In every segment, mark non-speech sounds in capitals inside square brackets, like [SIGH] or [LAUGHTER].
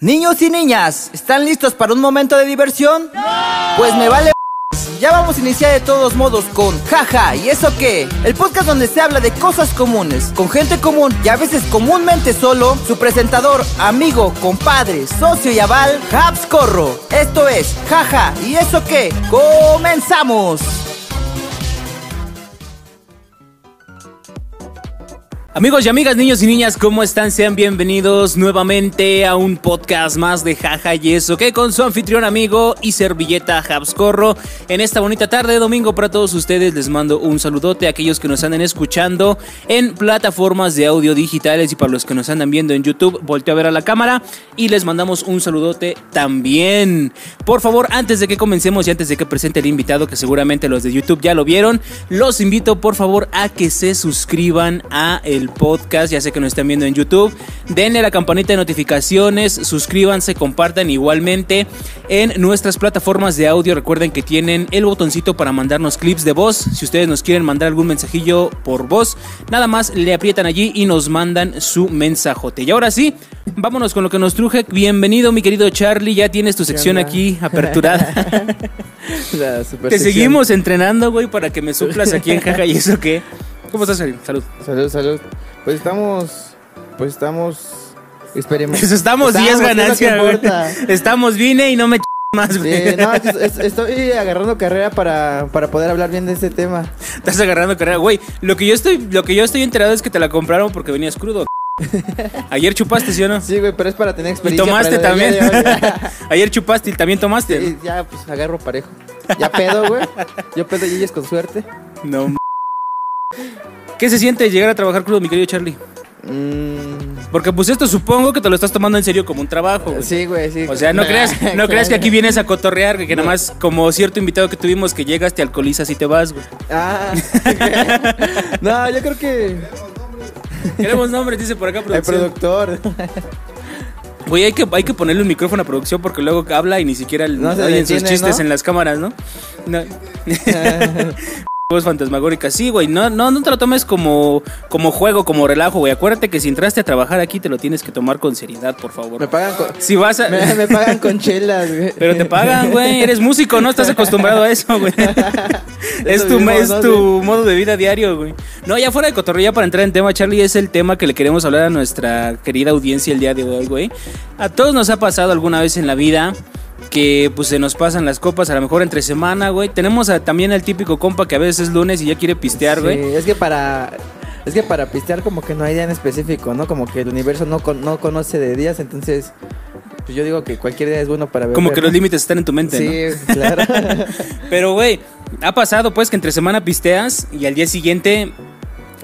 Niños y niñas, ¿están listos para un momento de diversión? Pues me vale. [LAUGHS] Ya vamos a iniciar de todos modos con Jaja, ¿y eso qué? El podcast donde se habla de cosas comunes, con gente común y a veces comúnmente solo, su presentador, amigo, compadre, socio y aval, Habs Corro. Esto es Jaja, ¿y eso qué? ¡Comenzamos! Amigos y amigas, niños y niñas, ¿cómo están? Sean bienvenidos nuevamente a un podcast más de Jaja y eso que con su anfitrión amigo y servilleta Habscorro. En esta bonita tarde de domingo para todos ustedes les mando un saludote a aquellos que nos andan escuchando en plataformas de audio digitales y para los que nos andan viendo en YouTube, volteo a ver a la cámara y les mandamos un saludote también. Por favor, antes de que comencemos y antes de que presente el invitado, que seguramente los de YouTube ya lo vieron, los invito por favor a que se suscriban a el podcast. Ya sé que nos están viendo en YouTube. Denle a la campanita de notificaciones, suscríbanse, compartan igualmente en nuestras plataformas de audio. Recuerden que tienen el botoncito para mandarnos clips de voz. Si ustedes nos quieren mandar algún mensajillo por voz, nada más le aprietan allí y nos mandan su mensajote. Y ahora sí, vámonos con lo que nos truje. Bienvenido, mi querido Charlie. Ya tienes tu sección onda? aquí aperturada. [LAUGHS] La Te superstición. seguimos entrenando, güey, para que me suplas aquí en Jaja. ¿Y eso qué? ¿Cómo estás, Charlie? Salud. Salud, salud. Pues estamos. Pues estamos. Esperemos. Pues estamos 10 ganancia, No güey. importa. Estamos vine y no me ch- más, güey. Sí, no, es- es- estoy agarrando carrera para, para poder hablar bien de este tema. Estás agarrando carrera, güey. Lo que yo estoy lo que yo estoy enterado es que te la compraron porque venías [LAUGHS] crudo. Ayer chupaste, ¿sí o no? Sí, güey, pero es para tener y experiencia. tomaste para el también. día de hoy. [LAUGHS] [LAUGHS] Ayer chupaste y también tomaste. Sí, ya, pues agarro parejo. Ya pedo, güey. Yo pedo y ellos con suerte. No. m- ¿Qué se siente llegar a trabajar crudo, mi querido Charlie? Mm, Porque pues esto supongo que te lo estás tomando en serio como un trabajo, güey. sí, güey, sí. O [LAUGHS] sea, no creas, no creas que aquí vienes a cotorrear, que nada más como cierto invitado que tuvimos que llegas, te alcoholizas y te vas, güey. Ah, [LAUGHS] no, yo creo que. Queremos nombres, dice por acá El producción. productor. [LAUGHS] Oye, hay que, hay que ponerle un micrófono a producción porque luego habla y ni siquiera el- No se oyen sus detiene, chistes ¿no? en las cámaras, ¿no? No. [LAUGHS] Juegos fantasmagóricas, sí, güey. No, no, no te lo tomes como, como juego, como relajo, güey. Acuérdate que si entraste a trabajar aquí te lo tienes que tomar con seriedad, por favor. Me pagan con. Si vas a. Me, me pagan con chelas, güey. Pero te pagan, güey. Eres músico, ¿no? Estás acostumbrado a eso, güey. es Eso tu, vivimos, es ¿no? tu modo de vida diario, güey. No, ya fuera de cotorreo, ya para entrar en tema, Charlie, es el tema que le queremos hablar a nuestra querida audiencia el día de hoy, güey. A todos nos ha pasado alguna vez en la vida que pues se nos pasan las copas, a lo mejor entre semana, güey. Tenemos a- también al típico compa que a veces es lunes y ya quiere pistear, Sí, güey. es que para es que para pistear como que no hay día en específico, ¿no? Como que el universo no con- no conoce de días, entonces pues yo digo que cualquier día es bueno para beber. Como que ¿no? los límites están en tu mente, ¿no? Sí, [LAUGHS] claro. Pero, güey, ha pasado, pues, que entre semana pisteas y al día siguiente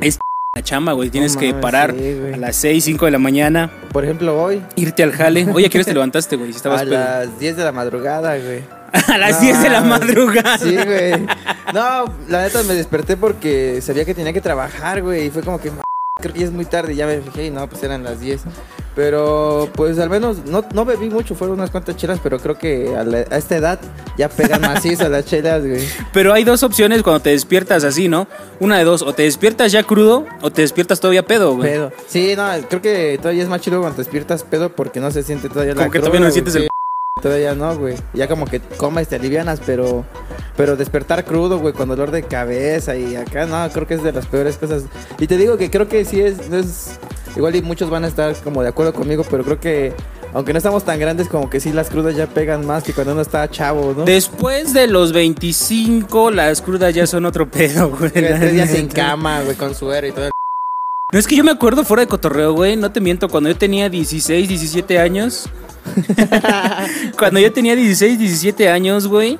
es la chamba, güey. Tienes que mames, parar sí, güey. a las 6, 5 de la mañana, Por ejemplo, hoy irte al jale. Oye, ¿a qué hora te levantaste, güey? Si estabas a pedo. las 10 de la madrugada, güey. [LAUGHS] a las No, 10 de la mames. madrugada. Sí, güey. No, la neta me desperté porque sabía que tenía que trabajar, güey, y fue como que "M- creo que ya es muy tarde, y ya me fijé y no, pues eran las 10. Pero pues al menos no, no bebí mucho, fueron unas cuantas chelas, pero creo que a, la- a esta edad ya pegan macizo las chelas, güey. Pero hay dos opciones cuando te despiertas así, ¿no? Una de dos, o te despiertas ya crudo o te despiertas todavía pedo, güey. Pedo. Sí, no, creo que todavía es más chido cuando te despiertas pedo porque no se siente todavía la Como que cruda, todavía no güey. sientes el Sí, Todavía no, güey. Ya como que comas, te alivianas, pero pero despertar crudo, güey, con dolor de cabeza y acá, no, creo que es de las peores cosas. Y te digo que creo que sí es, no es igual y muchos van a estar como de acuerdo conmigo, pero creo que aunque no estamos tan grandes, como que sí las crudas ya pegan más que cuando uno está chavo, ¿no? Después de los 25, las crudas ya son otro pedo, güey. Tres la días en neta. cama, güey, con suero y todo. el- No es que yo me acuerdo fuera de cotorreo, güey, no te miento, cuando yo tenía 16, [LAUGHS] 17 años. cuando yo tenía 16, 17 años, güey.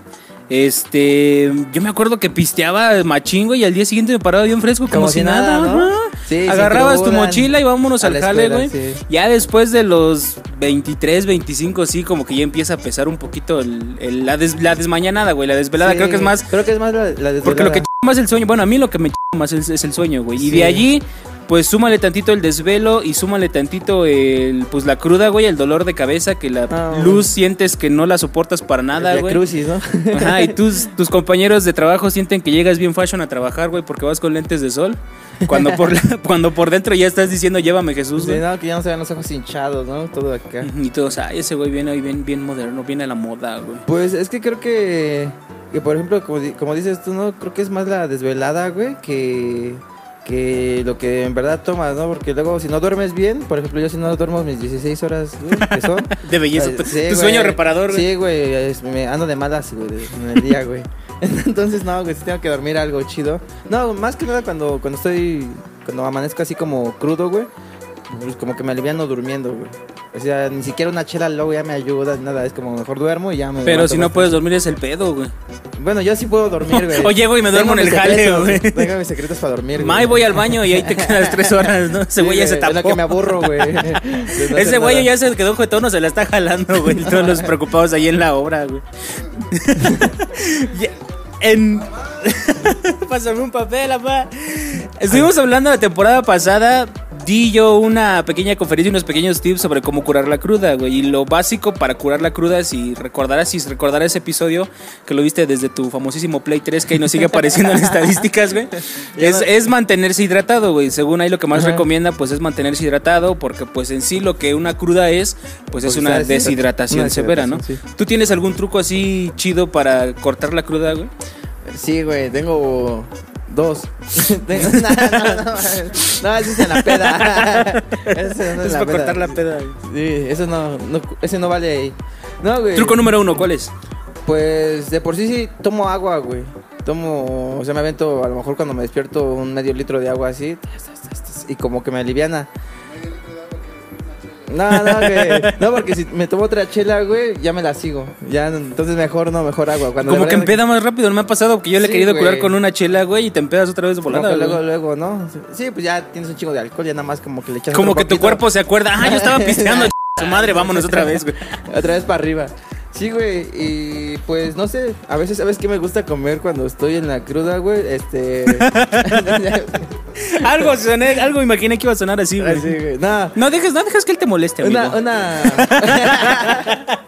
Este, yo me acuerdo que pisteaba machingo y al día siguiente me paraba bien fresco como, si nada, ¿no? ajá. Sí, sin Agarrabas tu cruda, mochila y vámonos a al la jale, escuela, güey. sí. Ya después de los 23, 25, sí, como que ya empieza a pesar un poquito el- el- la, des- la desmañanada, güey, la desvelada. Sí, Creo que es más Creo que es más la, la porque lo desvelada. que ch- más el sueño, bueno, a mí lo que me ch- más es, es el sueño, güey. Sí. Y de allí pues súmale tantito el desvelo y súmale tantito el, pues la cruda, güey, el dolor de cabeza que la Ah, luz bueno. sientes que no la soportas para nada, Via güey. Crucis, [LAUGHS] ¿no? [LAUGHS] Ajá, y tus, tus compañeros de trabajo sienten que llegas bien fashion a trabajar, güey, porque vas con lentes de sol. Cuando por, la- [LAUGHS] cuando por dentro ya estás diciendo, llévame Jesús, Sí, Pues, güey. no, que ya no se vean los ojos hinchados, ¿no? Todo acá. Y todos, ay, ese güey viene hoy bien, bien moderno, viene a la moda, güey. Pues es que creo que, que por ejemplo, como, di- como dices tú, ¿no? Creo que es más la desvelada, güey, que, que lo que en verdad tomas, ¿no? Porque luego si no duermes bien, por ejemplo, yo si no duermo mis 16 horas, güey, que son... De belleza, eh, tu, sí, pues, tu güey. sueño reparador, güey. Sí, güey, es- me ando de malas, güey, de- en el día, güey. [LAUGHS] Entonces, no, güey, sí tengo que dormir algo chido. No, más que nada cuando, cuando estoy, cuando amanezco así como crudo, güey, pues como que me aliviano durmiendo, güey. O sea, ni siquiera una chela luego ya me ayuda, nada, es como mejor duermo y ya me Pero levanto si no más puedes dormir es el pedo, güey. bueno, yo sí puedo dormir, güey. [LAUGHS] O llego y me duermo Tengo en mis el jale, secretos, güey. Tengo mis secretos para dormir, güey. May, voy al baño y ahí [LAUGHS] te quedas tres horas, ¿no? Ese Sí, güey ya se güey, Es lo tapó. que me aburro, [LAUGHS] güey. [LAUGHS] de no Ese hacer güey nada. ya se quedó jetón o se la está jalando, güey. Todos los preocupados ahí en la [LAUGHS] obra, güey. [LAUGHS] Ya- en... Pásame un papel, papá. Estuvimos hablando la temporada pasada. Di yo una pequeña conferencia y unos pequeños tips sobre cómo curar la cruda, güey. Y lo básico para curar la cruda, si recordarás, si recordarás ese episodio que lo viste desde tu famosísimo Play 3, que ahí nos sigue apareciendo en las estadísticas, güey. Es, es mantenerse hidratado, güey. Según ahí lo que más Ajá. recomienda, pues es mantenerse hidratado, porque pues en sí lo que una cruda es, pues es Pues, una ¿sabes? deshidratación Una severa, ¿no? deshidratación, ¿Tú tienes algún truco así chido para cortar la cruda, güey? Sí, güey, tengo dos. [LAUGHS] Tengo- no, no, no. No, eso es en la [LAUGHS] peda. Eso no en Es la para peda. cortar la peda, güey. Sí, eso no, no, ese no vale ahí. No, güey. Truco número uno, ¿cuál es? Pues de por sí sí tomo agua, güey. Tomo, o sea, me avento a lo mejor cuando me despierto un medio litro de agua así. tas, tas, tas, tas, Y como que me aliviana. No, no, güey. No, porque si me tomo otra chela, güey, ya me la sigo. Ya, entonces mejor no, mejor agua. Cuando Como la que verdad- empeda más rápido, no me ha pasado que yo le he Sí, querido güey. curar con una chela, güey, y te empedas otra vez de como volada, que güey. luego, luego, ¿no? Sí, pues ya tienes un chingo de alcohol, ya nada más como que le echas Como otro que tu poquito. cuerpo se acuerda, ah, [LAUGHS] yo estaba pisteando, ch- su madre, vámonos otra vez, güey. Otra vez para arriba. Sí, güey, y pues no sé, a veces sabes qué me gusta comer cuando estoy en la cruda, güey, [LAUGHS] este [LAUGHS] Algo soné, algo imaginé que iba a sonar así, güey. Así, güey. No, No dejes, no dejes que él te moleste, amigo. una, una. [LAUGHS]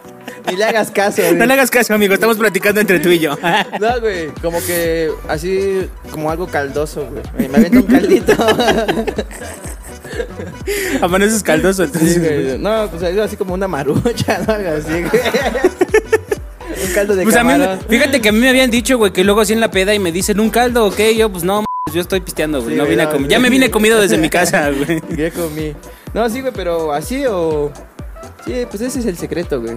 Ni le hagas caso, [LAUGHS] No güey. le hagas caso, amigo, estamos platicando entre tú [LAUGHS] y yo. No, güey. Como que así, como algo caldoso, güey. Me- Me aviento un [LAUGHS] caldito. Amaneces caldoso, entonces. Sí, güey. No, pues algo así como una marucha, [LAUGHS] ¿no? Algo así, güey. Un caldo de Pues a mí, camarón. fíjate que a mí me habían dicho, güey, que luego así en la peda y me dicen un caldo, ok, yo pues no, m- yo estoy pisteando, güey, Sí, no güey, vine a no, comer. sí. Ya me vine comido [LAUGHS] desde mi casa, güey. Ya comí. No, sí, güey, pero así o. Sí, pues ese es el secreto, güey.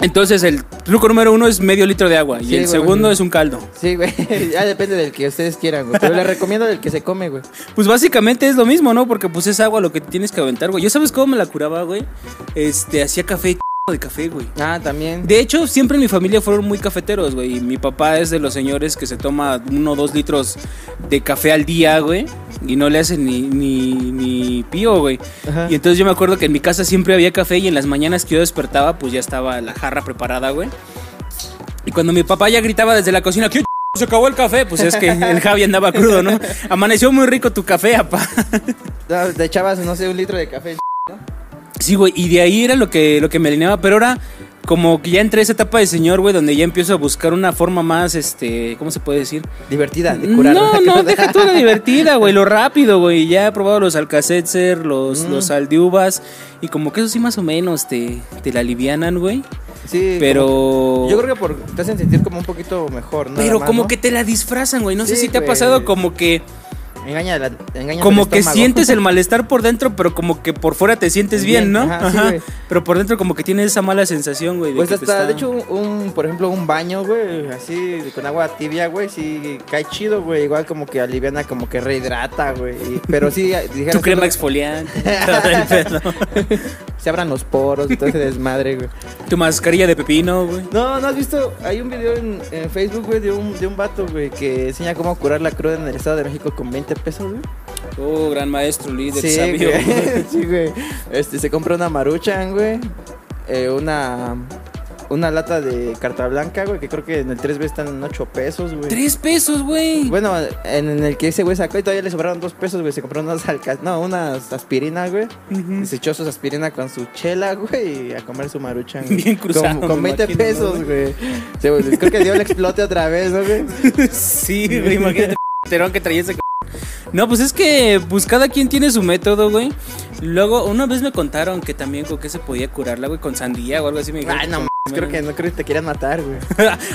Entonces el truco número uno es medio litro de agua y Sí, el güey. segundo es un caldo. Sí, güey. [LAUGHS] Ya depende del que ustedes quieran, güey. Pero les recomiendo del que se come, güey. Pues básicamente es lo mismo, ¿no? Porque pues es agua lo que tienes que aventar, güey. Yo sabes cómo me la curaba, güey. Este, hacía café de café, güey. Ah, también. De hecho, siempre en mi familia fueron muy cafeteros, güey. Y Mi papá es de los señores que se toma uno o dos litros de café al día, güey. Y no le hacen ni, ni, ni pío, güey. Ajá. Y entonces yo me acuerdo que en mi casa siempre había café y en las mañanas que yo despertaba, pues ya estaba la jarra preparada, güey. Y cuando mi papá ya gritaba desde la cocina, ¿qué ch- se acabó el café? Pues es que el Javi andaba crudo, ¿no? Amaneció muy rico tu café, apá. No, Te echabas, no sé, un litro de café. Sí, güey, y de ahí era lo que, lo que me alineaba, pero ahora como que ya entré a esa etapa de señor, güey, donde ya empiezo a buscar una forma más, este, ¿cómo se puede decir? Divertida, de curar. [LAUGHS] No, no, deja todo lo divertida, güey, lo rápido, güey, ya he probado los Alcacetzer, los, Mm. los sal de uvas, y como que eso sí más o menos te, te la alivianan, güey, Sí, como pero... que- yo creo que por, te hacen sentir como un poquito mejor, ¿no? pero Además, como ¿no? que te la disfrazan, güey, no sé Sí, si te ha güey. pasado como que... Engaña, la, engañas Como el que estómago. sientes el malestar por dentro, pero como que por fuera te sientes Bien, bien, ¿no? ajá, sí, güey. Pero por dentro como que tienes esa mala sensación, güey. [LAUGHS] de Pues que te hasta, de está- hecho, un, un- por ejemplo, un baño, güey, así con agua tibia, güey, sí cae chido, güey. Igual como que aliviana, como que rehidrata, güey. y- Pero sí, [LAUGHS] dijeras, Tu crema exfoliante, todo el [LAUGHS] pedo. se abran los poros y todo ese desmadre, güey. Tu mascarilla de pepino, güey. No, ¿no has visto? Hay un video en, en Facebook, güey, de un, de un vato, güey, que enseña cómo curar la cruda en el Estado de México con 20 pesos, güey. Oh, gran maestro, [LAUGHS] líder, Sí, sabio. güey. sí, güey. Este, se compra una maruchan, güey. eh, una... una lata de carta blanca, güey, que creo que en el 3B están en 8 pesos, güey. Tres pesos, güey. Bueno, en, en el que ese güey sacó y todavía le sobraron dos pesos, güey. Se compró unas alcas, no, unas aspirinas, güey. Y Se echó sus aspirinas con su chela, güey, y a comer su maruchan. güey. Bien cruzado, Con, me con 20 imagino, pesos, güey. Sí, güey, creo que dio el explote otra vez, ¿no, güey? sí, güey, imagínate terón que traía ese c- [LAUGHS] No, pues es que pues cada quien tiene su método, güey. Luego, una vez me contaron que también con qué se podía curarla, güey, con sandía o algo así me dijeron. Ay, no, que [LAUGHS] mames, creo que no creo que te quieran matar, güey.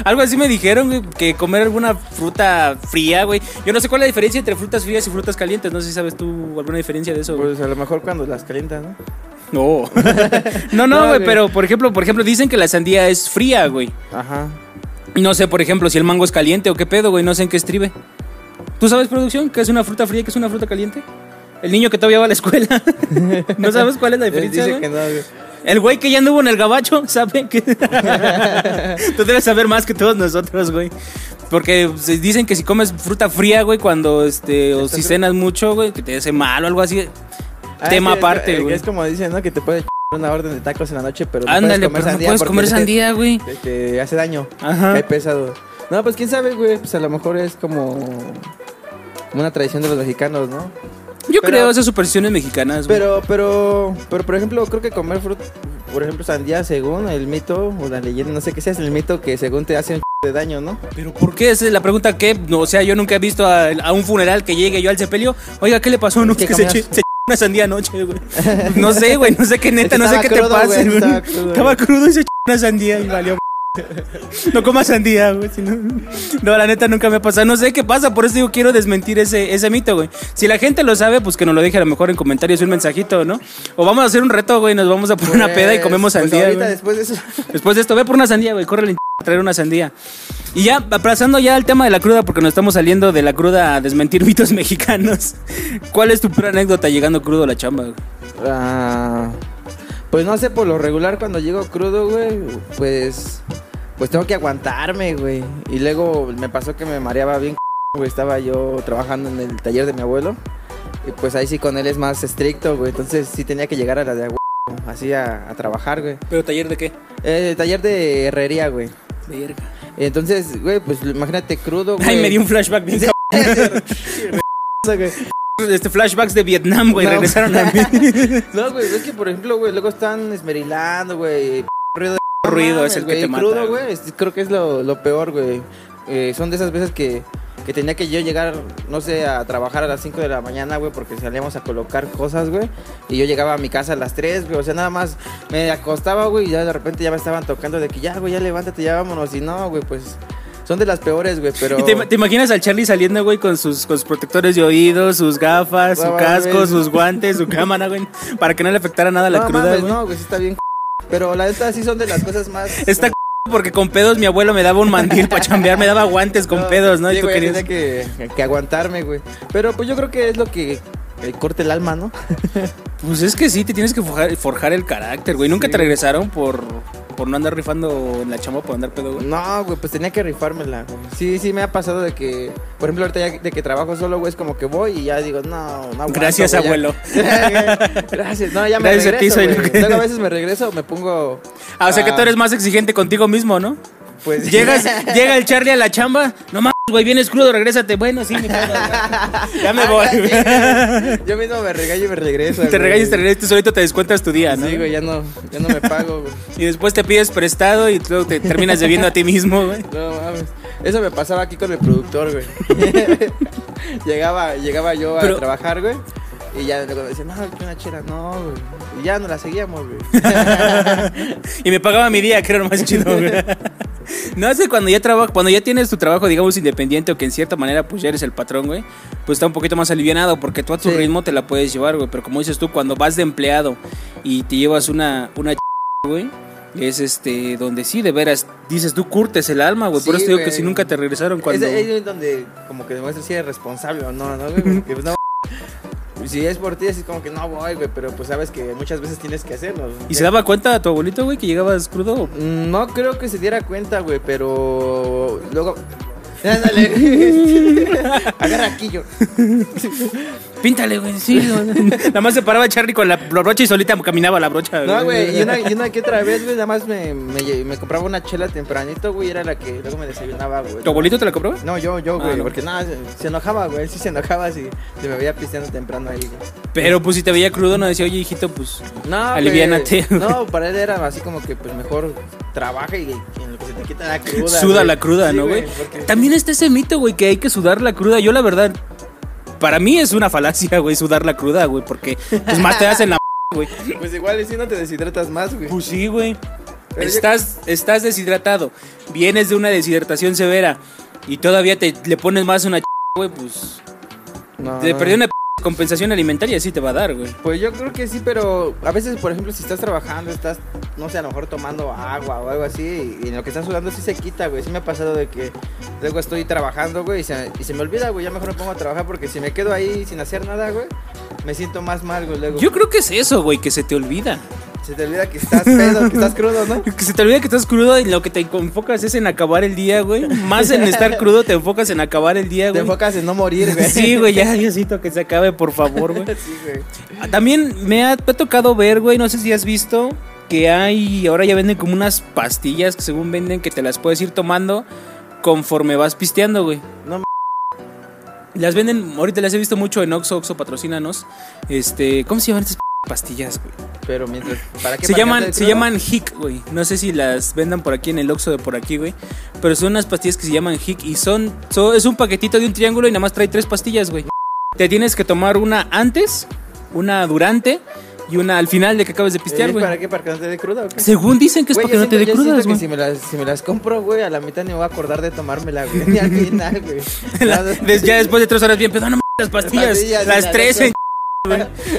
algo así me dijeron, güey, que comer alguna fruta fría, güey. Yo no sé cuál es la diferencia entre frutas frías y frutas calientes. No sé si sabes tú alguna diferencia de eso, güey. Pues a lo mejor cuando las calientan, ¿no? No. [LAUGHS] No, no, no, güey, güey. pero por ejemplo, por ejemplo, dicen que la sandía es fría, güey. Ajá. No sé, por ejemplo, si el mango es caliente o qué pedo, güey, no sé en qué estribe. ¿Tú sabes, producción, qué es una fruta fría y qué es una fruta caliente? El niño que todavía va a la escuela. [LAUGHS] ¿No sabes cuál [LAUGHS] es la diferencia, Eh, Dice güey? que no, güey. El güey que ya anduvo en el gabacho, [LAUGHS] ¿sabe? [LAUGHS] Que... Tú debes saber más que todos nosotros, güey. Porque se dicen que si comes fruta fría, güey, cuando, este, o si Entonces- cenas mucho, güey, que te hace mal o algo así. Ah, Tema sí, es- aparte, es- güey. Es como dicen, ¿no? Que te puedes echar una orden de tacos en la noche, pero no Ándale, puedes comer pero no sandía puedes porque comer te- sandía, güey. te- te hace daño. Ajá. Cae pesado. No, pues quién sabe, güey. Pues a lo mejor es como una tradición de los mexicanos, ¿no? Pero- Yo creo esas supersticiones mexicanas, güey. Pero, pero, pero por ejemplo, creo que comer fruta, por ejemplo, sandía, según el mito o la leyenda, no sé qué sea, es el mito que según te hace un de daño, ¿no? ¿Pero por qué? Esa es la pregunta que, no, o sea, yo nunca he visto a, a un funeral que llegue yo al sepelio. Oiga, ¿qué le pasó? No, es ¿Qué que se, comías? eche- se echó una sandía anoche, güey. No sé, güey, no sé qué neta, Es que no sé estaba qué crudo, te pasa. güey, güey. estaba crudo, Estaba güey. crudo y se echó una sandía y valió. No comas sandía, güey. si no- No, la neta nunca me ha pasado. No sé qué pasa, por eso digo, quiero desmentir ese, ese mito, güey. Si la gente lo sabe, pues que nos lo deje a lo mejor en comentarios un mensajito, ¿no? O vamos a hacer un reto, güey, nos vamos a poner [LAUGHS] una peda y Pues, comemos pues sandía. ahorita güey. después de eso. [LAUGHS] Después de esto, ve por una sandía, güey. Córrele en ch- a traer una sandía. Y ya, pasando ya al tema de la cruda, porque nos estamos saliendo de la cruda a desmentir [LAUGHS] mitos mexicanos. ¿Cuál es tu peor anécdota llegando crudo a la chamba, güey? Ah, pues no sé, por lo regular cuando llego crudo, güey, pues pues tengo que aguantarme, güey. Y luego me pasó que me mareaba bien, [LAUGHS] güey, estaba yo trabajando en el taller de mi abuelo. Y pues ahí sí con él es más estricto, güey. Entonces sí tenía que llegar a la de agua, así a, a trabajar, güey. ¿Pero taller de qué? El taller Eh, de herrería, güey. Verga. Entonces, güey, pues imagínate crudo, güey. Ay, me dio [LAUGHS] un flashback bien. [LAUGHS] güey. cabrón. Este flashbacks de Vietnam, güey. No. Regresaron [LAUGHS] a mí. No, güey, es que por ejemplo, güey, luego están esmerilando, güey. p- Ruido, de- No Ruido mames, es el que güey, te mata, Crudo, güey. güey. es- Creo que es lo, lo peor, güey. Eh, son de esas veces que, que tenía que yo llegar, no sé, a trabajar a las 5 de la mañana, güey, porque salíamos a colocar cosas, güey. Y yo llegaba a mi casa a las 3, güey. O sea, nada más me acostaba, güey, y ya de repente ya me estaban tocando de que ya, güey, ya levántate, ya vámonos. Y no, güey, pues son de las peores, güey, pero. [LAUGHS] ¿Y te, te imaginas al Charlie saliendo, güey, con sus, con sus protectores de oídos, sus gafas, su No casco, mames. sus guantes, su cámara, güey? Para que no le afectara nada la no, cruda, mames, güey. no, güey, sí está bien. [LAUGHS] c- Pero la neta sí son de las cosas más. [LAUGHS] Está c- porque con pedos mi abuelo me daba un mandil para chambear, me daba guantes con pedos, ¿no? Sí, y tú güey, querías... tenía que, que aguantarme, güey. Pero pues yo creo que es lo que eh, corta el alma, ¿no? Pues es que sí, te tienes que forjar, forjar el carácter, güey. Nunca Sí, te güey. regresaron por, por no andar rifando en la chamba por andar pedo, güey. No, güey, pues tenía que rifármela, güey. Sí, sí, me ha pasado de que, por ejemplo, ahorita ya de que trabajo solo, güey, es como que voy y ya digo, no, no aguanto, Gracias, güey, ya". [LAUGHS] abuelo. Gracias, no, ya me Gracias a ti, regreso, soy güey. lo que- Luego a veces me regreso, me pongo, Ah, o sea que Ah. tú eres más exigente contigo mismo, ¿no? pues... [LAUGHS] Llegas, llega el Charlie a la chamba, no mames, güey, vienes crudo, regrésate. Bueno, sí, mi pedo, [LAUGHS] güey. Ya me voy. güey. [LAUGHS] Yo mismo me regallo y me regreso, Te Pues, güey. regañas, te regresas, tú solito te descuentas tu día, ¿no? Sí, güey, ya no, ya no me pago, güey. Y después te pides prestado y luego te terminas debiendo a ti mismo, güey. No mames. Eso me pasaba aquí con el productor, güey. [LAUGHS] llegaba, llegaba yo a Pero- trabajar, güey. Y ya luego me decían, no, que una chela, no, güey. Y ya no la seguíamos, güey. Y me pagaba mi día, que era lo más chido, [LAUGHS] güey. No sé, cuando ya trabaja, cuando ya tienes tu trabajo, digamos, independiente o que en cierta manera pues ya eres el patrón, güey, pues está un poquito más alivianado porque tú a tu Sí. ritmo te la puedes llevar, güey. Pero como dices tú, cuando vas de empleado y te llevas una, una ch- güey, es este, donde sí, de veras, dices tú curtes el alma, güey. Por Sí, eso te digo que güey. si nunca te regresaron cuando... Es, es donde como que demuestra si eres responsable o no, ¿no, güey? Porque, pues, no. [LAUGHS] Si es por ti, así como que no voy, güey. Pero pues sabes que muchas veces tienes que hacerlo. ¿Y se daba cuenta tu abuelito, güey, que llegabas crudo? [LAUGHS] Mm, No creo que se diera cuenta, güey, pero luego Ándale. Agarra aquí yo. Píntale, güey. Sí, güey. [LAUGHS] Nada más se paraba Charlie con la brocha y solita caminaba la brocha. No, güey, y una, y una que otra vez, güey, nada más me, me, lle- me compraba una chela tempranito, güey, era la que luego me desayunaba, güey. ¿Tu abuelito te la compró? No, yo, yo, güey, Ah, no. porque nada, se, se enojaba, güey, él sí se enojaba si se me veía pisteando temprano ahí, güey. Pero pues si te veía crudo, no decía, oye, hijito, pues. [LAUGHS] No, güey, Aliviánate, güey. No, para él era así como que, pues, mejor trabaja y en lo que se te quita [LAUGHS] la cruda. Suda güey. la cruda, Sí, ¿no, güey? porque- También está ese mito, güey, que hay que sudar la cruda. Yo, la verdad, para mí es una falacia, güey, sudar la cruda, güey, porque pues más te hacen la [LAUGHS] m- güey. Pues igual y si no te deshidratas más, güey. Pues sí, güey. Pero yo- Estás, estás deshidratado. Vienes de una deshidratación severa y todavía te le pones más una [LAUGHS] ch- güey, pues. No, Te no. perdió una [LAUGHS] p- compensación alimentaria, sí te va a dar, güey. Pues yo creo que sí, pero a veces, por ejemplo, si estás trabajando, estás, no sé, a lo mejor tomando agua o algo así, y en lo que estás sudando sí se quita, güey. Sí me ha pasado de que luego estoy trabajando, güey, y se, y se me olvida, güey. Ya mejor me pongo a trabajar porque si me quedo ahí sin hacer nada, güey, me siento más mal, güey. Luego Yo creo que es eso, güey, que se te olvida. se te olvida que estás pedo, que estás crudo, [LAUGHS] ¿no? Que se te olvida que estás crudo y lo que te enfocas es en acabar el día, güey. Más en estar crudo, te enfocas en acabar el día, Te güey. enfocas en no morir, güey. Sí, [LAUGHS] güey, ya Diosito que se acabe, por favor, güey. Sí, güey. Ah, También me ha, me ha tocado ver, güey, no sé si has visto que hay, ahora ya venden como unas pastillas que según venden que te las puedes ir tomando conforme vas pisteando, güey. No m- Las venden, ahorita las he visto mucho en Oxxo, Oxxo patrocínanos. Este, ¿cómo se llaman estas p- pastillas, güey? Pero mientras, ¿para qué? Se ¿Para llaman, quedarte se crudo? llaman Hick, güey. No sé si las vendan por aquí en el Oxxo de por aquí, güey. Pero son unas pastillas que se llaman Hick y son, so- es un paquetito de un triángulo y nada más trae tres pastillas, güey. Te tienes que tomar una antes, una durante y una al final de que acabes de pistear, ¿Eh? güey. ¿Para qué? ¿Para que no te dé cruda o qué? Según dicen que es Güey, para que yo no te dé siento- yo siento crudas, que güey. Si me, las, si me las compro, güey, a la mitad ni me voy a acordar de tomármela, güey. [LAUGHS] Ni al final, [LAUGHS] güey. Nada. Des- Ya después de tres horas bien, pero no m- las pastillas, pastillas, las la tres [LAUGHS] neta. en güey.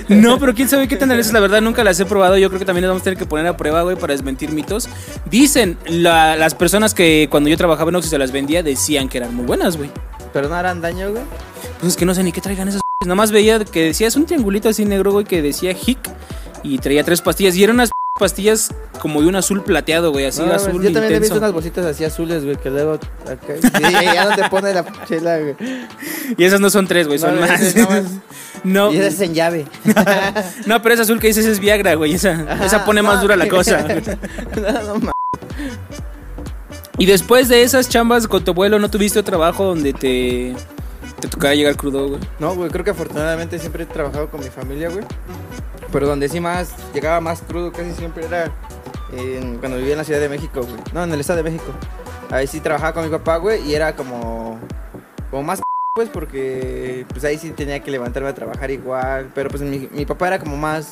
No, pero quién sabe qué tan es la verdad, nunca las he probado. Yo creo que también las vamos a tener que poner a prueba, güey, para desmentir mitos. Dicen, la- las personas que cuando yo trabajaba en Oxxo y se las vendía decían que eran muy buenas, güey. Pero no harán daño, güey. Pues es que no sé ni qué traigan esas. [LAUGHS] Nada más veía que decía, es un triangulito así negro, güey, que decía hic y traía tres pastillas. Y eran unas [LAUGHS] pastillas como de un azul plateado, güey, así No, azul. yo también he intenso. visto unas bolsitas así azules, güey, que luego acá, [LAUGHS] y ya no te pone la chela, güey. Y esas no son tres, güey, Pues son No, más. ese nada más. [LAUGHS] no, Y esa es en llave. no, pero esa azul que dices es Viagra, güey. Esa, [LAUGHS] esa pone más no, dura la güey. cosa. no, no, ma- Y después de esas chambas con tu abuelo, ¿no tuviste trabajo donde te, te tocaba llegar crudo, güey? no, güey, creo que afortunadamente siempre he trabajado con mi familia, güey. Pero donde sí más, llegaba más crudo casi siempre era eh, en- cuando vivía en la Ciudad de México, güey. No, en el Estado de México. Ahí sí trabajaba con mi papá, güey, y era como, como más pues porque pues ahí sí tenía que levantarme a trabajar igual, pero pues mi, mi papá era como más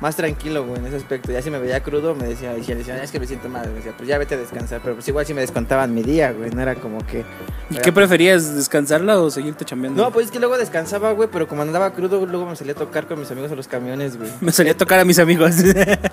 más tranquilo, güey, en ese aspecto. Ya si me veía crudo, me decía, y si le decía, es que me siento mal, me decía, pues ya vete a descansar, pero pues igual si me descontaban mi día, güey, no era como que ¿Y qué preferías, descansarla o seguirte chambeando? No, pues es que luego descansaba, güey, pero como andaba crudo, luego me salía a tocar con mis amigos a los camiones, güey. Me salía a tocar a [LAUGHS] mis amigos.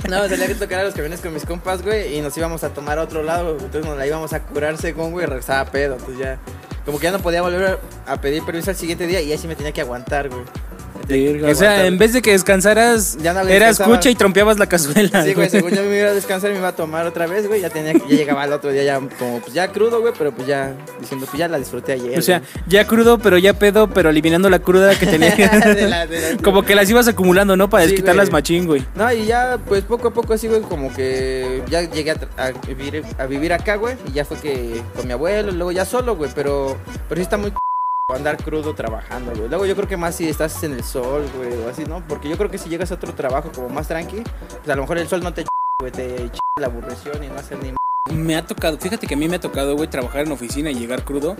No, salía a tocar a los camiones con mis compas, güey, y nos íbamos a tomar a otro lado, güey. Entonces nos la íbamos a curar según, güey, regresaba pedo. Entonces ya, como que ya no podía volver a pedir permiso al siguiente día y así me tenía que aguantar, güey. Me tenía que o sea, aguantar. en vez de que descansaras, Ya no eras descansaba. cucha y trompeabas la cazuela. Sí, güey, según yo me iba a descansar y me iba a tomar otra vez, güey, ya tenía que, ya llegaba al otro día ya como, pues ya crudo, güey, pero pues ya, diciendo, pues ya la disfruté ayer. [LAUGHS] O sea, güey. [LAUGHS] ya crudo, pero ya pedo, pero eliminando la cruda que De tenías. la- de la- [LAUGHS] Como que las ibas acumulando, ¿no? Para Sí, desquitarlas güey. machín, güey. No, y ya, pues poco a poco así, güey, como que ya llegué a, tra- a vivir, a vivir acá, güey, y ya fue que con mi abuelo, luego ya solo, güey, pero, pero sí está muy c- andar crudo trabajando, güey. Luego yo creo que más si estás en el sol, güey, o así, ¿no? Porque yo creo que si llegas a otro trabajo como más tranqui, pues a lo mejor el sol no te ch- güey, te ch- la aburrición y no hacer ni Ah, m- Me ha tocado, fíjate que a mí me ha tocado, güey, trabajar en oficina y llegar crudo.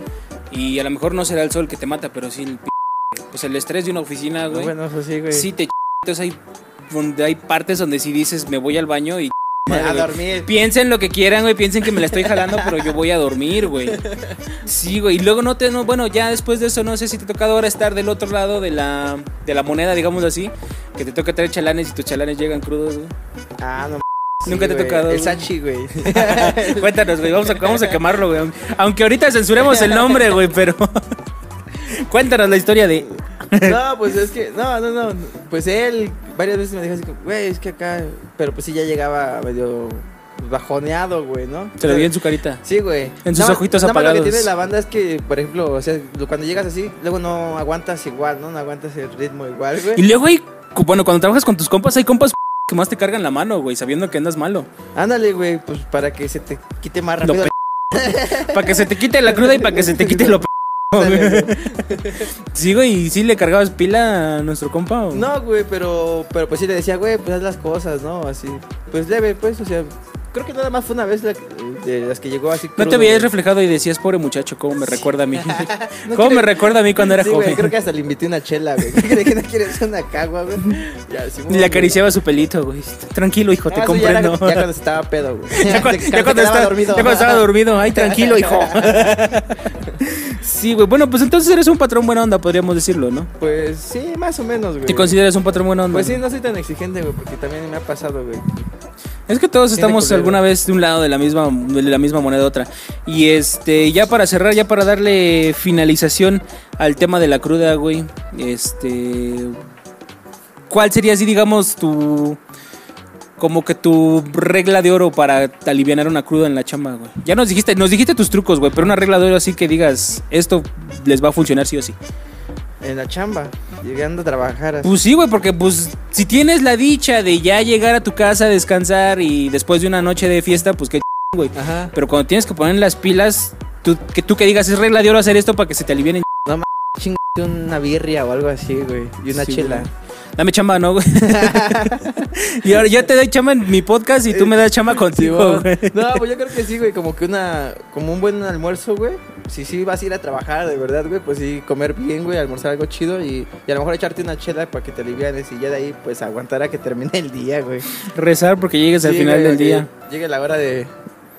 Y a lo mejor no será el sol que te mata, pero sí el p- Pues el estrés de una oficina, güey. Bueno, eso sí, güey. Sí, te ch- Entonces hay, donde hay partes donde sí dices, me voy al baño y. ch- madre, a güey". dormir. Piensen lo que quieran, güey. Piensen que me la estoy jalando, pero yo voy a dormir, güey. Sí, güey. Y luego no te. no- bueno, ya después de eso, no sé si te ha tocado ahora estar del otro lado de la, de la moneda, digamos así. Que te toca traer chalanes y tus chalanes llegan crudos, güey. Ah, no. m- Nunca te ha güey. tocado, El güey. Sachi, güey. [LAUGHS] Cuéntanos, güey. Vamos a, vamos a quemarlo, güey. Aunque ahorita censuremos el nombre, güey, pero. [LAUGHS] Cuéntanos la historia de. No, pues es que, no, no, no. Pues él varias veces me dijo así, como, güey, es que acá. Pero pues sí, ya llegaba medio bajoneado, güey, ¿no? Se le veía en su carita. Sí, güey. En sus Nada más- ojitos nada más Lo que apagados. tiene la banda es que, por ejemplo, o sea, lo- cuando llegas así, luego no aguantas igual, ¿no? No aguantas el ritmo igual, Y güey. luego hay, cu- bueno, cuando trabajas con tus compas, hay compas [LAUGHS] que más te cargan la mano, güey, sabiendo que andas malo. Ándale, güey, pues para que se te quite más rápido. [LAUGHS] Lo Para que se te quite la cruda y para que se te quite lo [LAUGHS] p. güey. Sí, güey, y sí le cargabas pila a nuestro compa. o? No, güey, pero, pero pues sí le decía, güey, pues haz las cosas, ¿no? Así, pues leve, pues, o sea, creo que nada más fue una vez la- de las que llegó así. No crudo, te veías güey. reflejado y decías, pobre muchacho, ¿cómo me recuerda a mí? [LAUGHS] [LAUGHS] No ¿Cómo creo- me recuerda a mí cuando era sí, joven? Güey, creo que hasta le invité una chela, güey. ¿Qué crees que no quieres una cagua, güey? Ya, sí, Y güey. le acariciaba su pelito, güey. Tranquilo, hijo, No, pues, te eso ya era- comprendo. Ya, cuando estaba pedo, güey. [LAUGHS] Ya cuando, Te- te ya cuando quedaba estaba, dormido. ya cuando estaba dormido. Ay, tranquilo, hijo. Sí, güey. Bueno, pues entonces eres un patrón buena onda, podríamos decirlo, ¿no? Pues sí, más o menos, güey. ¿Te consideras un patrón buena onda? Pues sí, no soy tan exigente, güey, porque también me ha pasado, güey. Es que todos Tiene estamos culero. alguna vez de un lado de la misma de la misma moneda a otra. Y este, ya para cerrar, ya para darle finalización al tema de la cruda, güey. Este, ¿cuál sería así digamos tu como que tu regla de oro para aliviar una cruda en la chamba, güey? Ya nos dijiste, nos dijiste tus trucos, güey, pero una regla de oro así que digas, esto les va a funcionar sí o sí. En la chamba, llegando a trabajar. así. Pues sí, güey, porque pues si tienes la dicha de ya llegar a tu casa a descansar y después de una noche de fiesta, pues qué ch- güey. Ajá. Pero cuando tienes que poner las pilas, tú, que tú que digas es regla de oro hacer esto para que se te alivien. Chingate una birria o algo así, güey. Y una Sí, chela. güey. [LAUGHS] Dame chamba, ¿no, güey? [LAUGHS] y ahora yo te doy chamba en mi podcast y tú me das chamba contigo, güey. no, pues yo creo que sí, güey. Como que una. Como un buen almuerzo, güey. Si sí vas a ir a trabajar, de verdad, güey. Pues sí, comer bien, güey. Almorzar algo chido. Y, y a lo mejor echarte una chela para que te alivianes. Y ya de ahí, pues aguantar a que termine el día, güey. Rezar porque llegues Pues al Sí, final güey, del que día. Llegue la hora de,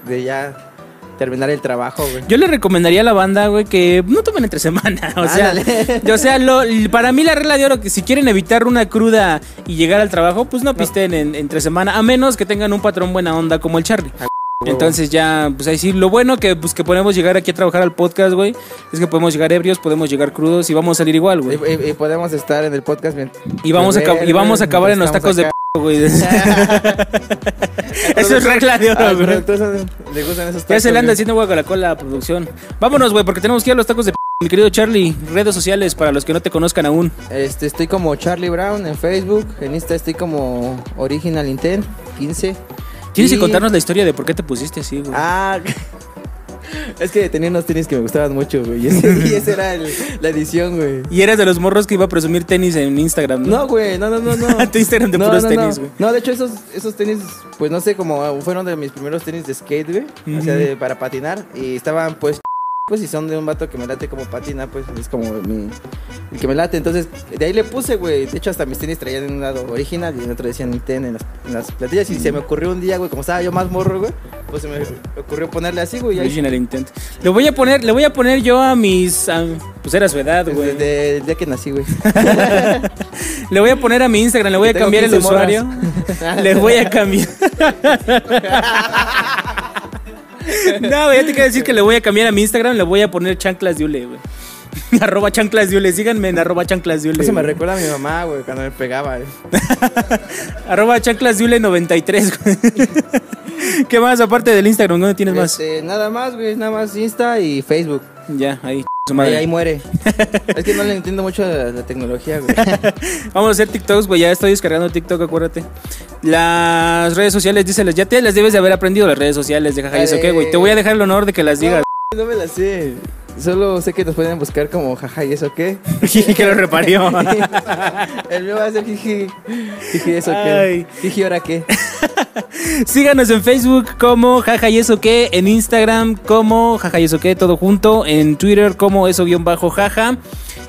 de ya terminar el trabajo, güey. Yo le recomendaría a la banda, güey, que no tomen entre semana. [LAUGHS] Ah, O sea, Ándale. [LAUGHS] o sea lo- para mí la regla de oro que si quieren evitar una cruda y llegar al trabajo, pues no pisten en- entre semana, a menos que tengan un patrón buena onda como el Charlie. Ah, Entonces ya, pues ahí sí, lo bueno que, pues, que podemos llegar aquí a trabajar al podcast, güey, es que podemos llegar ebrios, podemos llegar crudos y vamos a salir igual, Y, güey. y- y podemos estar en el podcast mient- Y vamos, a, beber, acab- y vamos a güey, acabar en los estamos tacos de acá. p, güey. [LAUGHS] [LAUGHS] Eso es regla de Ah, oro, pero güey. entonces le gustan esos Ya tacos, se le anda güey. haciendo hueco la cola a producción. Vámonos, güey, porque tenemos que ir a los tacos de p. Mi querido Charlie, redes sociales para los que no te conozcan aún. Este, estoy como Charlie Brown en Facebook, en Insta estoy como Original Intent 15. Tienes Y- que contarnos la historia de por qué te pusiste así, güey. Ah, [LAUGHS] es que tenía unos tenis que me gustaban mucho, güey. Y ese- [LAUGHS] y esa era el- la edición, güey. Y eres de los morros que iba a presumir tenis en Instagram, ¿no? No, güey, no, no, no, [LAUGHS] no. tu Instagram de no, puros no, tenis, no. güey. No, de hecho, esos, esos tenis, pues no sé, como fueron de mis primeros tenis de skate, güey. O sea, de- para patinar. Y estaban, pues, [LAUGHS] pues, y son de un vato que me late como patina, pues, es como mi. El que me late. Entonces, de ahí le puse, güey. De hecho, hasta mis tenis traían en un lado original y en otro decían Nintendo en las, en las platillas. Y se me ocurrió un día, güey, como estaba yo más morro, güey. Pues se me ocurrió ponerle así, güey. y ahí- Original Intent. Le voy a poner, le voy a poner yo a mis. a- pues era su edad, Desde güey. desde el día que nací, güey. Le voy a poner a mi Instagram, le voy a Tengo cambiar el 15 usuario. [LAUGHS] le voy a cambiar. [LAUGHS] no, güey, ya te quiero decir que le voy a cambiar a mi Instagram, le voy a poner chanclas de Ule, güey. [LAUGHS] arroba chanclas de Ule, síganme en arroba chanclas de Ule. Eso me güey. recuerda a mi mamá, güey, cuando me pegaba, eh. güey. Arroba chanclas de Ule 93, güey. [LAUGHS] ¿Qué más aparte del Instagram? ¿Dónde tienes más? Este, nada más, güey, nada más Insta y Facebook. Ya, ahí. Su Ahí, madre. ahí [LAUGHS] muere. es que no le entiendo mucho la, la tecnología, güey. Vamos a hacer TikToks, güey. Ya estoy descargando TikTok, acuérdate. Las redes sociales, díselas. Ya te las debes de haber aprendido las redes sociales de jaja. ¿Y eso qué, güey? Te voy a dejar el honor de que las [LAUGHS] digas. No me la sé. Solo sé que nos pueden buscar como jaja y eso qué. Y que lo reparió. El mío va a ser jiji. Jiji, eso Ay. qué. Jiji, ahora [LAUGHS] qué. [LAUGHS] Síganos en Facebook como jaja y eso qué. En Instagram como jaja y eso qué. Todo junto. En Twitter como eso guión bajo jaja.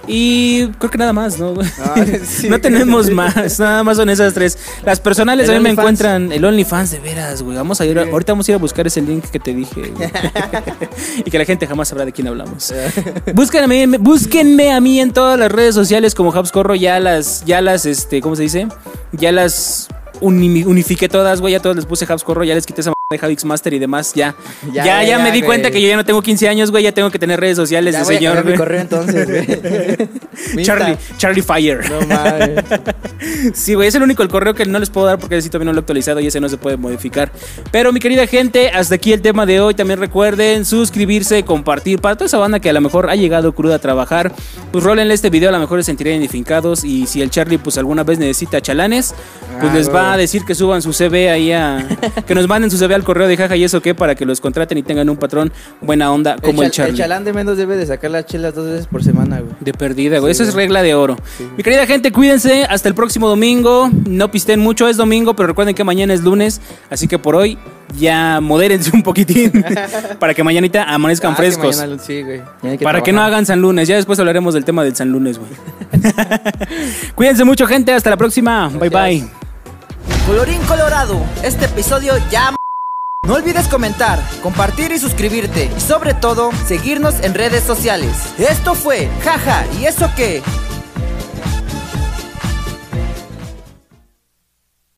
Y creo que nada más, ¿no? [LAUGHS] güey? Ah, sí. no [LAUGHS] tenemos más, nada más son esas tres. Las personales El también me OnlyFans. encuentran el OnlyFans de veras, güey. Vamos a ir, a- ahorita vamos a ir a buscar ese link que te dije. [LAUGHS] güey. y que la gente jamás sabrá de quién hablamos. Búsquenme, búsquenme a mí en todas las redes sociales como Habscorro, ya las, ya las, este, ¿cómo se dice? Ya las uni- unifiqué todas, güey, ya todas les puse Habscorro, ya les quité esa m- de Javix Master y demás, ya. Ya, Ya, ya, ya, me di güey. cuenta que yo ya no tengo 15 años, güey, ya tengo que tener redes sociales Ya de voy a señor. cambiar mi güey. correo entonces, [LAUGHS] güey. Mi Charlie, Insta. Charlie Fire. No mames. Sí, güey, es el único el correo que no les puedo dar porque ese todavía no lo he actualizado y ese no se puede modificar. Pero mi querida gente, hasta aquí el tema de hoy. También recuerden suscribirse, compartir. Para toda esa banda que a lo mejor ha llegado cruda a trabajar, pues rólenle este video, a lo mejor se sentirán identificados. Y si el Charlie pues alguna vez necesita chalanes, pues Ah, les va huevo. a decir que suban su CV ahí a... que nos manden su CV al correo de jaja y eso qué, para que los contraten y tengan un patrón buena onda [LAUGHS] como el, chal- Charlie. El chalán de menos debe de sacar las chelas dos veces por semana, güey. De perdida, güey. Sí, Eso es güey. regla de oro. Mi querida gente, cuídense. Hasta el próximo domingo. No pisten mucho, es domingo, pero recuerden que mañana es lunes. Así que por hoy ya modérense [LAUGHS] un poquitín para que mañanita amanezcan Ah, que frescos. mañana- sí, güey. para que no hagan San Lunes. Ya después hablaremos del tema del San [LAUGHS] Lunes, güey. [LAUGHS] cuídense mucho, gente. Hasta la próxima. Bye, Gracias. bye. Colorín Colorado, este episodio ya... m- No olvides comentar, compartir y suscribirte. Y sobre todo, seguirnos en redes sociales. Esto fue Jaja y eso que...